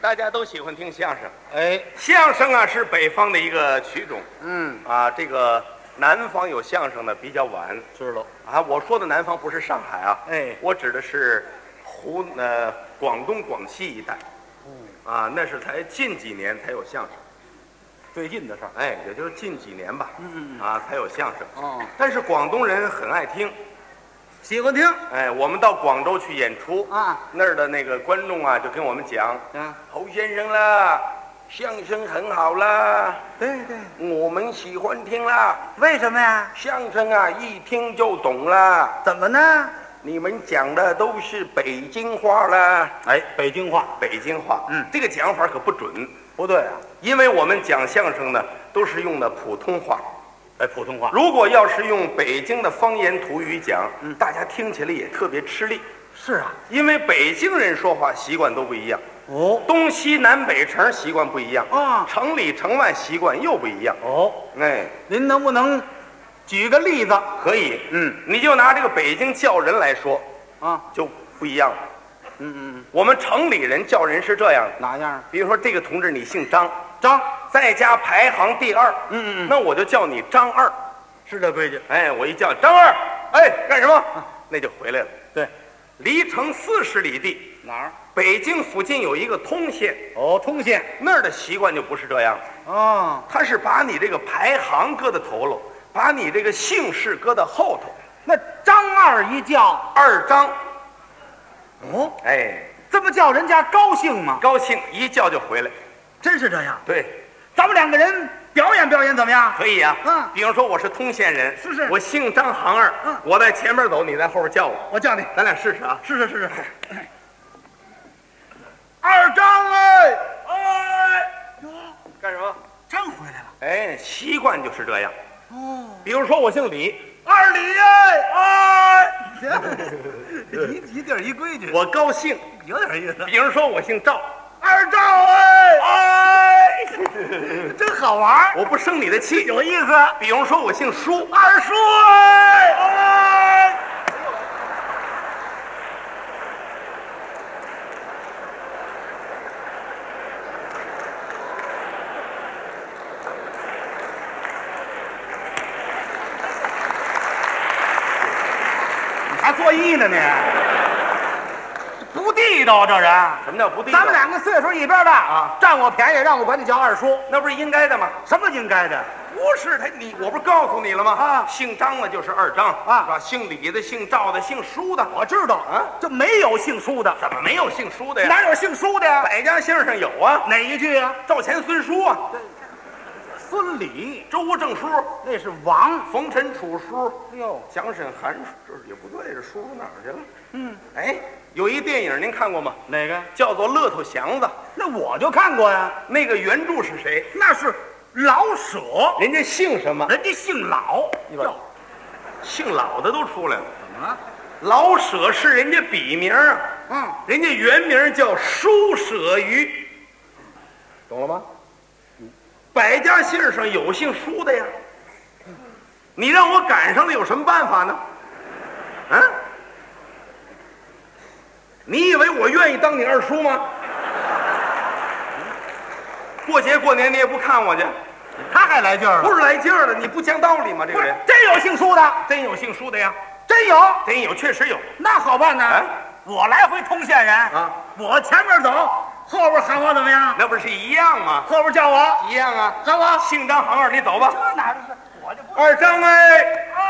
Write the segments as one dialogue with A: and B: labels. A: 大家都喜欢听相声。
B: 哎，
A: 相声啊是北方的一个曲种
B: 嗯，
A: 啊，这个南方有相声的比较晚
B: 知道。
A: 啊。我说的南方不是上海啊，
B: 哎
A: 我指的是湖呃广东广西一带。
B: 嗯
A: 啊，那是才近几年才有相声，
B: 最近的事儿。
A: 哎，也就是近几年吧，
B: 嗯嗯嗯
A: 啊才有相声。
B: 哦，
A: 但是广东人很爱听，
B: 喜欢听
A: 哎，我们到广州去演出，
B: 啊
A: 那儿的那个观众啊就跟我们讲，
B: 啊，
A: 侯先生啦，相声很好啦，
B: 对对，
A: 我们喜欢听啦，
B: 为什么呀？
A: 相声啊一听就懂啦，
B: 怎么呢？
A: 你们讲的都是北京话啦，
B: 哎，北京话
A: 北京话，
B: 嗯
A: 这个讲法可不准，
B: 不对啊，
A: 因为我们讲相声呢都是用的普通话，
B: 哎，普通话
A: 如果要是用北京的方言土语讲，
B: 嗯
A: 大家听起来也特别吃力，
B: 是啊。
A: 因为北京人说话习惯都不一样。
B: 哦
A: 东西南北城习惯不一样
B: 啊
A: 城里城外习惯又不一样。
B: 哦，
A: 哎，
B: 您能不能举个例子
A: 可以，
B: 嗯，
A: 你就拿这个北京叫人来说，
B: 啊？
A: 就不一样了。
B: 嗯嗯，
A: 我们城里人叫人是这样的，
B: 哪样？
A: 比如说这个同志你姓张，
B: 张，
A: 在家排行第二，
B: 嗯嗯嗯
A: 那我就叫你张二。
B: 是这规矩。
A: 哎，我一叫张二，哎，干什么？那就回来了。
B: 对，
A: 离城四十里地，
B: 哪儿？
A: 北京附近有一个通县，
B: 哦，通县
A: 那儿的习惯就不是这样了。
B: 啊，
A: 他是把你这个排行搁在头喽，把你这个姓氏搁到后头。
B: 那张二一叫
A: 二张，
B: 哦，
A: 哎，
B: 这不叫人家高兴吗？
A: 高兴一叫就回来。
B: 真是这样。
A: 对，
B: 咱们两个人表演表演怎么样？
A: 可以啊。
B: 嗯
A: 比如说我是通县人，
B: 是是
A: 我姓张行二，
B: 嗯
A: 我在前面走，你在后边叫我，
B: 我叫你，
A: 咱俩试试啊。
B: 试试试试。二张哎，哎，
A: 干什么？
B: 真回来了。
A: 哎，习惯就是这样。
B: 哦，
A: 比如说我姓李，
B: 二李哎，哎，行，一一地儿一规矩，
A: 我高兴。
B: 有点意思。
A: 比如说我姓赵，
B: 二赵哎，哎，真好玩儿，
A: 我不生你的气。
B: 有意思。
A: 比如说我姓舒，
B: 二叔哎，哎，你还作揖呢你？不地道，这人。
A: 什么叫不地道？
B: 咱们两个岁数一边大啊，占我便宜，让我管你叫二叔，
A: 那不是应该的吗？
B: 什么应该的？
A: 不是他，你我不是告诉你了吗？
B: 啊
A: 姓张的就是二张
B: 啊
A: 是吧？姓李的、姓赵的、姓舒的，
B: 我知道
A: 啊，
B: 这没有姓舒的，
A: 怎么没有姓舒的呀？
B: 哪有姓舒的呀？
A: 百家姓上有啊，
B: 哪一句啊？
A: 赵钱孙舒啊，
B: 孙李，
A: 周吴郑舒，
B: 那是王。
A: 冯陈楚舒，
B: 哎呦，
A: 蒋沈韩舒，这也不对，这舒哪儿去了？
B: 嗯，
A: 哎，有一电影您看过吗？
B: 哪个？
A: 叫做《乐头祥子》，
B: 那我就看过呀，
A: 那个原著是谁？
B: 那是老舍，
A: 人家姓什么？
B: 人家姓老。
A: 你把姓老的都出来了。
B: 怎么了？
A: 老舍是人家笔名啊，
B: 嗯，
A: 人家原名叫舒舍于。
B: 懂了吗？
A: 百家姓上有姓舒的呀，你让我赶上了有什么办法呢？啊？你以为我愿意当你二叔吗？过节过年你也不看我去，
B: 他还来劲儿了。
A: 不是来劲儿了，你不讲道理吗？这个人
B: 真有姓舒的，
A: 真有姓舒的呀，
B: 真有。
A: 真有，确实有。
B: 那好办呢，
A: 哎
B: 我来回通县人
A: 啊，
B: 我前面走，后边喊我怎么样？
A: 那不是一样吗？
B: 后边叫我，
A: 一样啊。
B: 喊我。
A: 姓张行二，你走吧。
B: 这哪是？我就不
A: 二张哎，
B: 哎，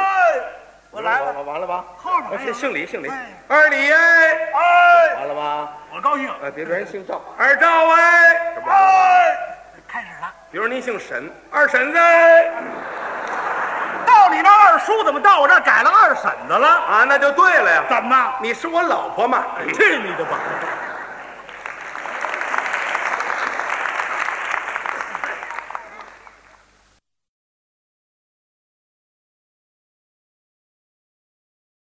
B: 我来了，
A: 完完了吧？
B: 后边还有
A: 姓姓李，姓李
B: 哎。
A: 二李哎，
B: 哎，
A: 完了吧？
B: 我高兴。
A: 哎，别别人姓赵，二赵哎，这不完了吗
B: 哎，开始了。
A: 比如您姓沈，二婶子哎
B: 到你那二叔怎么到我这儿改了二婶子了？
A: 啊，那就对了呀。
B: 怎么？
A: 你是我老婆嘛？
B: 去你的吧！